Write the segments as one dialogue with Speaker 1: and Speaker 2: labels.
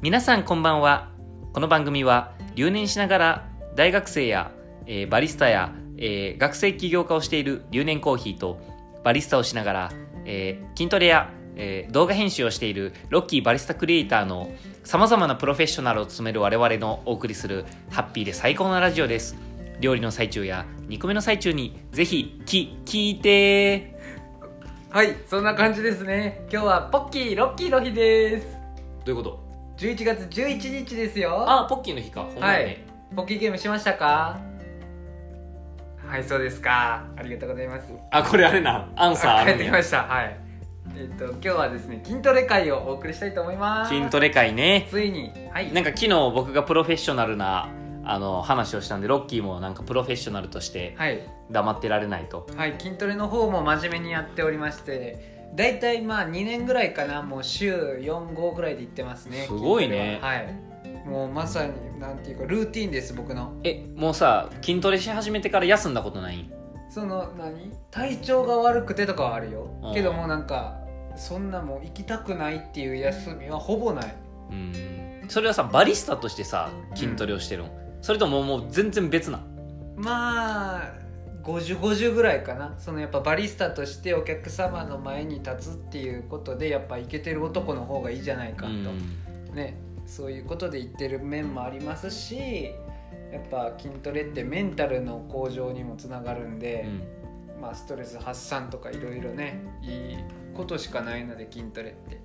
Speaker 1: 皆さんこんばんはこの番組は留年しながら大学生や、えーバリスタや、えー学生起業家をしている留年コーヒーとバリスタをしながら、えー筋トレや、えー動画編集をしているロッキーバリスタクリエイターのさまざまなプロフェッショナルを務める我々のお送りするハッピーで最高なラジオです料理の最中や肉目の最中にぜひき聞いて
Speaker 2: はい、そんな感じですね。今日はポッキー、ロッキーの日です。
Speaker 1: どういうこと
Speaker 2: 11月11日ですよ。
Speaker 1: ああポッキーの日かほんまやね、
Speaker 2: ポッキーゲームしましたかはい、そうですか。ありがとうございます。
Speaker 1: あこれあれなアンサー
Speaker 2: あ
Speaker 1: あ
Speaker 2: 帰っ
Speaker 1: るん
Speaker 2: てき
Speaker 1: や
Speaker 2: ました。はい。えっと、今日はですね、筋トレ会をお送りしたいと思います。
Speaker 1: 筋トレ会ね
Speaker 2: ついに、はい。
Speaker 1: なんか昨日僕がプロフェッショナルなあの話をしたんでロッキーもなんかプロフェッショナルとして
Speaker 2: はい。
Speaker 1: 黙ってられないと
Speaker 2: はい、筋トレの方も真面目にやっておりまして、だいたいまあ2年ぐらいかな、もう週4、5ぐらいで行ってますね。
Speaker 1: すごいね
Speaker 2: 筋トレははい。もうまさに、なんていうか、ルーティンです、僕の。
Speaker 1: えもうさ筋トレし始めてから休んだことない
Speaker 2: その何体調が悪くてとかはあるよ
Speaker 1: うん
Speaker 2: けどもうなんかそんなもう行きたくないっていう休みはほぼない
Speaker 1: うんそれはさバリスタとしてさ筋トレをしてるん、それとももう全然別なん
Speaker 2: まあ5050ぐらいかなそのやっぱバリスタとしてお客様の前に立つっていうことでやっぱイケてる男の方がいいじゃないか
Speaker 1: う
Speaker 2: と、
Speaker 1: ん
Speaker 2: ねそういうことで言ってる面もありますしやっぱ筋トレってメンタルの向上にもつながるんで、まあ、ストレス発散とかいろいろねいいことしかないので筋トレって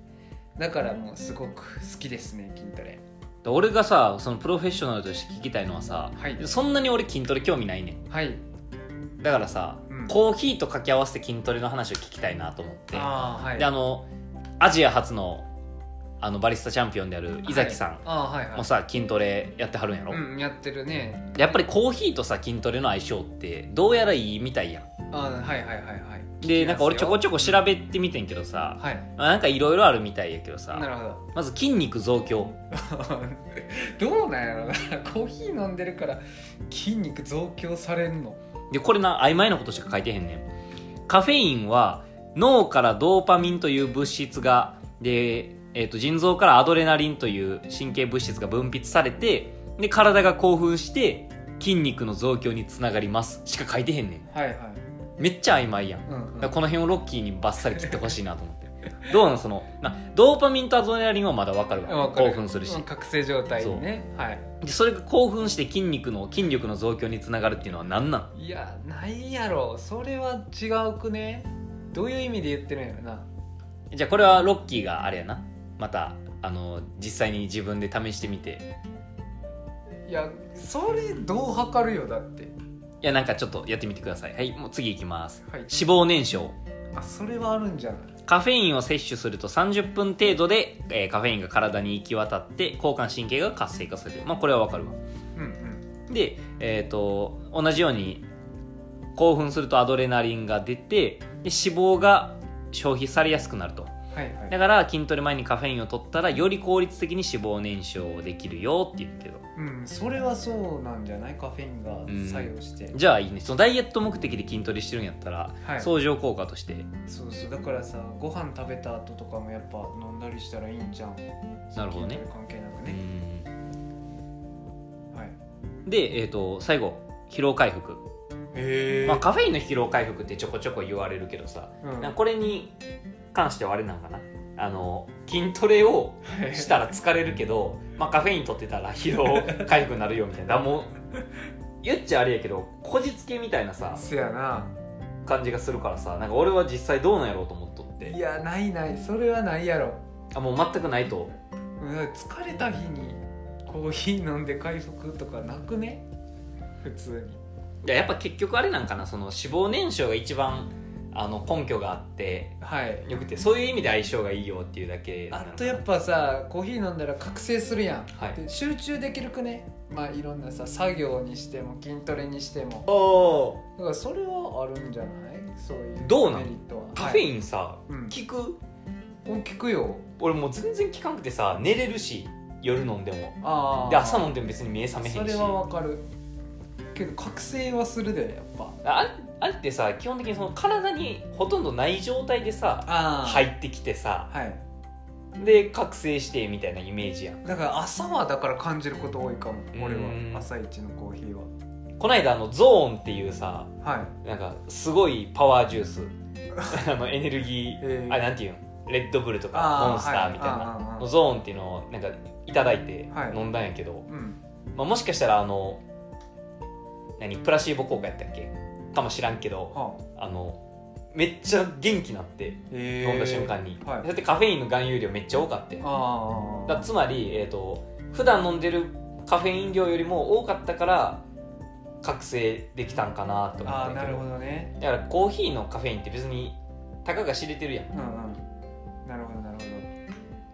Speaker 2: だからもうすごく好きですね筋トレ
Speaker 1: で俺がさそのプロフェッショナルとして聞きたいのはさ、
Speaker 2: はい
Speaker 1: そんなに俺筋トレ興味ないね
Speaker 2: はい
Speaker 1: んだからさ、
Speaker 2: うん
Speaker 1: コーヒーと掛け合わせて筋トレの話を聞きたいなと思って
Speaker 2: ああはい
Speaker 1: であのアジア初のあのバリスタチャンピオンである伊崎さ
Speaker 2: はい
Speaker 1: ん
Speaker 2: ああはいはい
Speaker 1: もさ、筋トレやってはるんやろ、
Speaker 2: うんやってるね
Speaker 1: でやっぱりコーヒーとさ筋トレの相性ってどうやらいいみたいやん
Speaker 2: ああはいはいはいはい
Speaker 1: でなんか俺ちょこ
Speaker 2: ち
Speaker 1: ちょこ調べてみてんけどさ
Speaker 2: はい
Speaker 1: なんかいろいろあるみたいやけど
Speaker 2: な
Speaker 1: さ
Speaker 2: るほど
Speaker 1: まず筋肉増強
Speaker 2: どうなんやろなコーヒー飲んでるから筋肉増強されんの
Speaker 1: でこれな曖昧なことしか書いてへんねんカフェインは脳からドーパミンという物質がで、えー、と腎臓からアドレナリンという神経物質が分泌されてで体が興奮して筋肉の増強につながりますしか書いてへんねん
Speaker 2: はいはい
Speaker 1: めっちゃ曖昧やんだか
Speaker 2: うん、うん、
Speaker 1: らこの辺をロッキーにバッサリ切ってほしいなと思ってどうなのそのなドーパミンとアドレナリンはまだわかるわ
Speaker 2: わかる
Speaker 1: 興奮するし
Speaker 2: うん覚醒状態にねはい
Speaker 1: でそれが興奮して筋肉の筋力の増強につながるっていうのは何なん
Speaker 2: いやないやろそれは違うくねどういう意味で言ってるんやろな
Speaker 1: じゃあこれはロッキーがあれやなまたあの実際に自分で試してみて
Speaker 2: いやそれどう測るよだって
Speaker 1: いやなんかちょっとやってみてくださいはいもう次いきます
Speaker 2: はい
Speaker 1: 脂肪燃焼
Speaker 2: あそれはあるんじゃない
Speaker 1: カフェインを摂取すると30分程度で、えーカフェインが体に行き渡って交感神経が活性化するまあこれはわかるわ
Speaker 2: うんうん
Speaker 1: でえっ、と同じように興奮するとアドレナリンが出てで脂肪が消費されやすくなると
Speaker 2: はいは
Speaker 1: だ
Speaker 2: い
Speaker 1: から筋トレ前にカフェインを取ったらより効率的に脂肪燃焼できるよって言うけど
Speaker 2: うんそれはそうなんじゃないカフェインが
Speaker 1: ん
Speaker 2: 作用して、
Speaker 1: じゃあいいねそのダイエット目的で筋トレしてるんやったら、
Speaker 2: はいそう
Speaker 1: 相乗効果として
Speaker 2: そうだからさご飯食べた後とかもやっぱ飲んだりしたらいいんじゃん
Speaker 1: なるほどね
Speaker 2: 筋トレ関係なくね、はい
Speaker 1: で、えー、と最後疲労回復、
Speaker 2: へ
Speaker 1: まあ、カフェインの疲労回復ってちょこちょこ言われるけどさ、
Speaker 2: うん
Speaker 1: なんかこれに関してはあれなんかなあの筋トレをしたら疲れるけど、まあ、カフェイン取ってたら疲労回復になるよみたい なもう言っちゃあれやけどこじつけみたいなさ
Speaker 2: せやな
Speaker 1: 感じがするからさなんか俺は実際どうなんやろうと思っとって
Speaker 2: いやないないそれはないやろ
Speaker 1: あもう全くないと
Speaker 2: うん疲れた日にコーヒー飲んで回復とかなくね普通に
Speaker 1: いややっぱ結局あれなんかなその脂肪燃焼が一番あの根拠があって
Speaker 2: はい
Speaker 1: よくてそういう意味で相性がいいよっていうだけな
Speaker 2: あ
Speaker 1: のかな
Speaker 2: とやっぱさコーヒー飲んだら覚醒するやん、
Speaker 1: はい
Speaker 2: で集中できるくねまあいろんなさ作業にしても筋トレにしても
Speaker 1: おー
Speaker 2: だからそれはあるんじゃないそういう
Speaker 1: どうな
Speaker 2: メ
Speaker 1: ん
Speaker 2: リットは
Speaker 1: カフェ
Speaker 2: ン、
Speaker 1: インさ、
Speaker 2: うん
Speaker 1: 効く
Speaker 2: はい、聞くよ
Speaker 1: 俺もう全然効かんくてさ寝れるし夜飲んでも
Speaker 2: ああ
Speaker 1: で朝飲んでも別に目覚めへ
Speaker 2: そ
Speaker 1: んし
Speaker 2: れはわかるけど覚醒はするでやっぱ
Speaker 1: あれあれってさ基本的にその体にほとんどない状態でさ
Speaker 2: あ
Speaker 1: 入ってきてさ
Speaker 2: はい
Speaker 1: で覚醒してみたいなイメージやん
Speaker 2: だから朝はだから感じること多いかも俺
Speaker 1: うん
Speaker 2: は朝一のコーヒーは
Speaker 1: こないだあのゾーンっていうさ
Speaker 2: はい
Speaker 1: なんかすごいパワージュース あのエネルギー、
Speaker 2: えー
Speaker 1: あなんていうんレッドブルとか
Speaker 2: あー
Speaker 1: モンスターみたい
Speaker 2: はいあー
Speaker 1: な
Speaker 2: あー
Speaker 1: のゾーンっていうのをなんかいただいて
Speaker 2: はい
Speaker 1: 飲んだんやけど、
Speaker 2: うん
Speaker 1: まあ、もしかしたらあの何プラシーボ効果やったっけかもしらんけど
Speaker 2: はあ
Speaker 1: あのめっちゃ元気になって飲
Speaker 2: 飲
Speaker 1: んだ瞬間に、
Speaker 2: はい
Speaker 1: だってカフェインの含有量めっちゃ多かって
Speaker 2: あ
Speaker 1: だつまり、えー、と普段飲んでるカフェイン量よりも多かったから覚醒できたんかなと思
Speaker 2: あ
Speaker 1: った
Speaker 2: ーな
Speaker 1: け
Speaker 2: る
Speaker 1: ど
Speaker 2: ほどね
Speaker 1: だからコーヒーのカフェインって別にたかが知れてるやん
Speaker 2: うんうんなるほどなる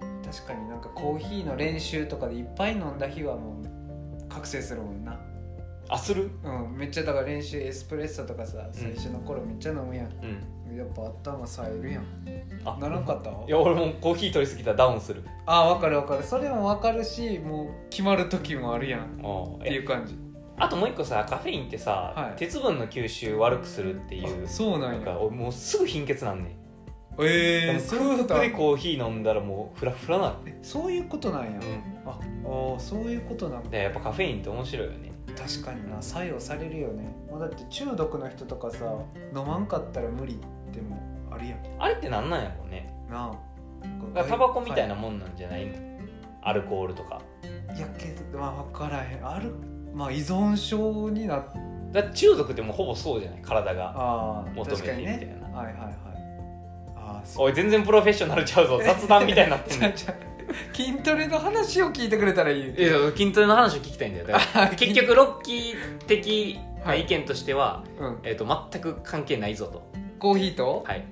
Speaker 2: ほど確かになんかコーヒーの練習とかでいっぱい飲んだ日はもう覚醒するもんな
Speaker 1: あする
Speaker 2: うんめっちゃだから練習エスプレッソとかさ最初の頃めっちゃ飲むやん、
Speaker 1: うん
Speaker 2: やっぱ頭さえるやん
Speaker 1: あ
Speaker 2: ならんかった
Speaker 1: いや俺もコーヒー取りすぎたらダウンする
Speaker 2: あーわかるわかるそれもわかるしもう決まる時もあるやんっ
Speaker 1: あ
Speaker 2: ていう感じ
Speaker 1: あともう一個さカフェインってさ、
Speaker 2: はい
Speaker 1: 鉄分の吸収悪くするっていう
Speaker 2: あそうな
Speaker 1: なん
Speaker 2: ん
Speaker 1: か
Speaker 2: や
Speaker 1: 俺もうすぐ貧血なんねん、
Speaker 2: え
Speaker 1: で
Speaker 2: ー、
Speaker 1: も
Speaker 2: そういうこと
Speaker 1: 空腹でコーヒー飲んだらもうフラフラなの、
Speaker 2: えそういうことなんや、
Speaker 1: う
Speaker 2: ああーそういうことなんだ
Speaker 1: ん、でやっぱカフェインって面白いよね
Speaker 2: 確かにな作用されるよね、まあ、だって中毒の人とかさ飲まんかったら無理ってもあるやん
Speaker 1: あれってなんなんやろうね
Speaker 2: な
Speaker 1: だ
Speaker 2: あ
Speaker 1: からタバコみたいな
Speaker 2: は
Speaker 1: もんなんじゃないの、アルコールとか
Speaker 2: い、いやけどまあ分からへんあるまあ依存症になっ
Speaker 1: だから中毒ってもうほぼそうじゃない体が
Speaker 2: あー
Speaker 1: 求めて
Speaker 2: 確かに
Speaker 1: みた
Speaker 2: ね
Speaker 1: いな
Speaker 2: はいはいはいああそう
Speaker 1: おい全然プロフェッショナルちゃうぞ雑談みたいになってん
Speaker 2: じゃ
Speaker 1: ね
Speaker 2: あ
Speaker 1: ん
Speaker 2: じゃあ筋トレの話を聞いてくれたらいい
Speaker 1: いや筋トレの話を聞きたいんだよだから 結局ロッキー的な意見としては、
Speaker 2: うん、
Speaker 1: えー、と全く関係ないぞと
Speaker 2: コーヒーと
Speaker 1: はい。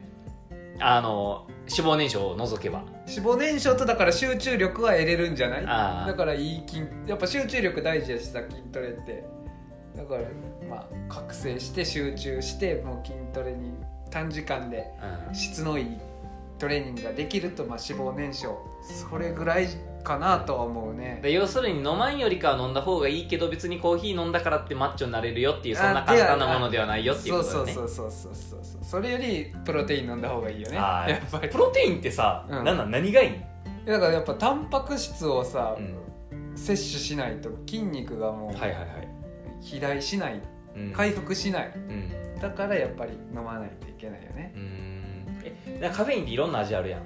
Speaker 1: あの、脂肪燃焼を除けば。
Speaker 2: 脂肪燃焼とだから集中力は得れるんじゃない
Speaker 1: あー
Speaker 2: だからいい筋やっぱ集中力大事やしさ筋トレってだからまあ覚醒して集中してもう筋トレに短時間で
Speaker 1: うん。
Speaker 2: 質のいいトレーニングができると、まあ、脂肪燃焼それぐらいかなとは思うね
Speaker 1: で要するに飲まんよりかは飲んだ方がいいけど別にコーヒー飲んだからってマッチョになれるよっていうそんな
Speaker 2: あ
Speaker 1: 簡単なものではないよっていうこ
Speaker 2: そう
Speaker 1: とだ
Speaker 2: そ
Speaker 1: よ
Speaker 2: う
Speaker 1: ね
Speaker 2: そうそうそうそうそれよりプロテイン飲んだ方がいいよね
Speaker 1: あー
Speaker 2: やっぱり
Speaker 1: プロテインってさ、
Speaker 2: うん
Speaker 1: なんなん何がいいん、
Speaker 2: だからやっぱタンパク質をさ、
Speaker 1: うん、
Speaker 2: 摂取しないと筋肉がもう
Speaker 1: はいはいはい、
Speaker 2: 肥大しない、
Speaker 1: うん、
Speaker 2: 回復しない
Speaker 1: うん
Speaker 2: だからやっぱり飲まないといけないよね
Speaker 1: うーんえなんかカフェインっていろんな味あるやん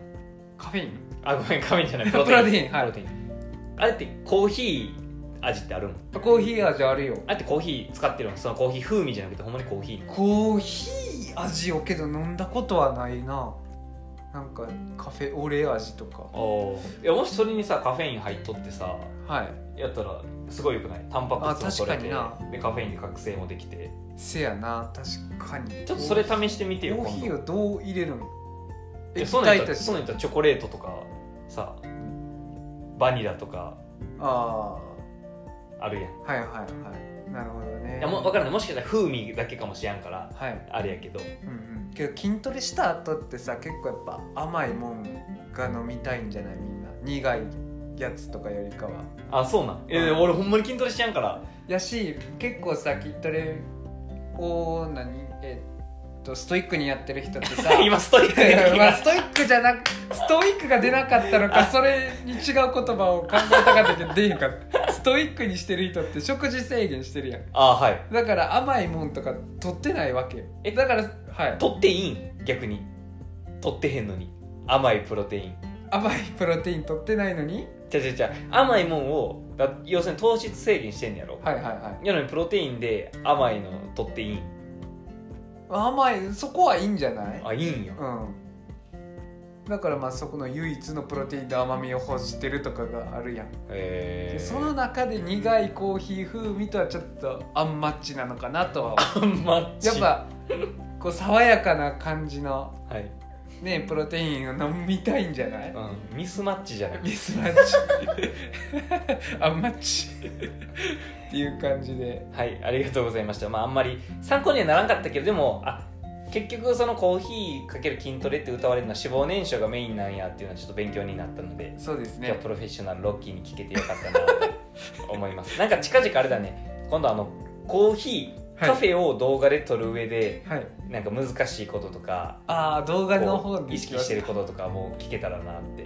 Speaker 2: カフェイン
Speaker 1: あごめんカフェインじゃ ないプロ
Speaker 2: プ
Speaker 1: テイン
Speaker 2: ロテインはい
Speaker 1: プロテインあれってコーヒー味ってあるん
Speaker 2: コーヒー味あるよ
Speaker 1: あれってコーヒー使ってるのそのコーヒー風味じゃなくてほんまにコーヒー
Speaker 2: コーヒー味をけど飲んだことはないななんかカフェオレ味とか
Speaker 1: おいやもしそれにさカフェイン入っとってさ
Speaker 2: はい
Speaker 1: やったらすごいよくないタンパク質も取れて
Speaker 2: あ確か
Speaker 1: でカフェインで覚醒もできて
Speaker 2: せやな確かに
Speaker 1: ちょっとそれ試してみて
Speaker 2: コ
Speaker 1: よ
Speaker 2: ーヒーをどう入れるの
Speaker 1: いやそうなんやったら
Speaker 2: 液体として
Speaker 1: そうなんやったらチョコレートとかさバニラとか
Speaker 2: あ
Speaker 1: あるやん、
Speaker 2: あはいはいはいなるほどね
Speaker 1: いやもう分からないもしかしたら風味だけかもしれんから
Speaker 2: はい
Speaker 1: あれやけど
Speaker 2: うんうんけど筋トレした後ってさ結構やっぱ甘いもんが飲みたいんじゃないみんな苦いやつとかよりかは
Speaker 1: あそうなんいやいや俺ほんまに筋トレしやんから
Speaker 2: やし結構さ筋トレを何えっとストイックにやってる人って さ
Speaker 1: 今ストイックに気
Speaker 2: まあ
Speaker 1: が
Speaker 2: ストイックじゃなくストイックが出なかったのかそれに違う言葉を考えたかったけど出へんかったストイックにしてる人って食事制限してるやん
Speaker 1: あはい
Speaker 2: だから甘いもんとか取ってないわけ
Speaker 1: え
Speaker 2: だからはい
Speaker 1: 取っていいん逆に取ってへんのに甘いプロテイン
Speaker 2: 甘いプロテイン取ってないのに
Speaker 1: じゃじゃじゃ甘いもんをだ要するに糖質制限してんねやろ
Speaker 2: はいはいはい
Speaker 1: やのにプロテインで甘いの取っていいん
Speaker 2: 甘いそこはいいんじゃない
Speaker 1: あいいんよ
Speaker 2: うんだからまあそこの唯一のプロテインの甘みを欲してるとかがあるやん
Speaker 1: へ
Speaker 2: で
Speaker 1: え
Speaker 2: その中で苦いコーヒー風味とはちょっとアンマッチなのかなとは思う
Speaker 1: マッチ
Speaker 2: やっぱこう爽やかな感じの
Speaker 1: はい、
Speaker 2: ねプロテインを飲みたいんじゃない
Speaker 1: うん、ミスマッチじゃない
Speaker 2: ミスマッチ アンマッチっていう感じで
Speaker 1: はいありがとうございましたまああんまり参考にはならんかったけどでもあ結局そのコーヒーかける筋トレって歌われるのは脂肪燃焼がメインなんやっていうのはちょっと勉強になったので、
Speaker 2: そうです
Speaker 1: 今日
Speaker 2: ね
Speaker 1: プロフェッショナルロッキーに 聞けてよかったなと思いますなんか近々あれだね今度あのコーヒー
Speaker 2: はい
Speaker 1: カフェを動画で撮る上で
Speaker 2: はい
Speaker 1: なんか難しいこととか
Speaker 2: ああ動画の方
Speaker 1: こう
Speaker 2: に
Speaker 1: 意識してる
Speaker 2: は
Speaker 1: こととかも聞けたらなって
Speaker 2: い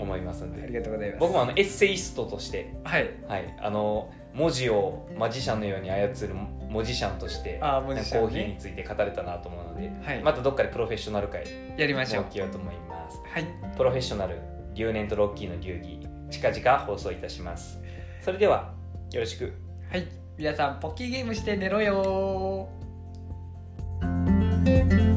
Speaker 1: 思いますん
Speaker 2: あり
Speaker 1: で
Speaker 2: がとうございます
Speaker 1: 僕もあのエッセイストとして、
Speaker 2: はい
Speaker 1: はい、あの文字をマジシャンのように操る文ジシャンとして
Speaker 2: ああ文字シャン
Speaker 1: コ
Speaker 2: ね
Speaker 1: ーヒーについて語れたなと思うので、
Speaker 2: はい
Speaker 1: またどっかでプロフェッショナル会
Speaker 2: やりましょう
Speaker 1: 設けようと思います
Speaker 2: はい
Speaker 1: プロフェッショナル留年とロッキーの流儀近々放送いたしますそれではよろしく
Speaker 2: はい皆さんポッキーゲームして寝ろよー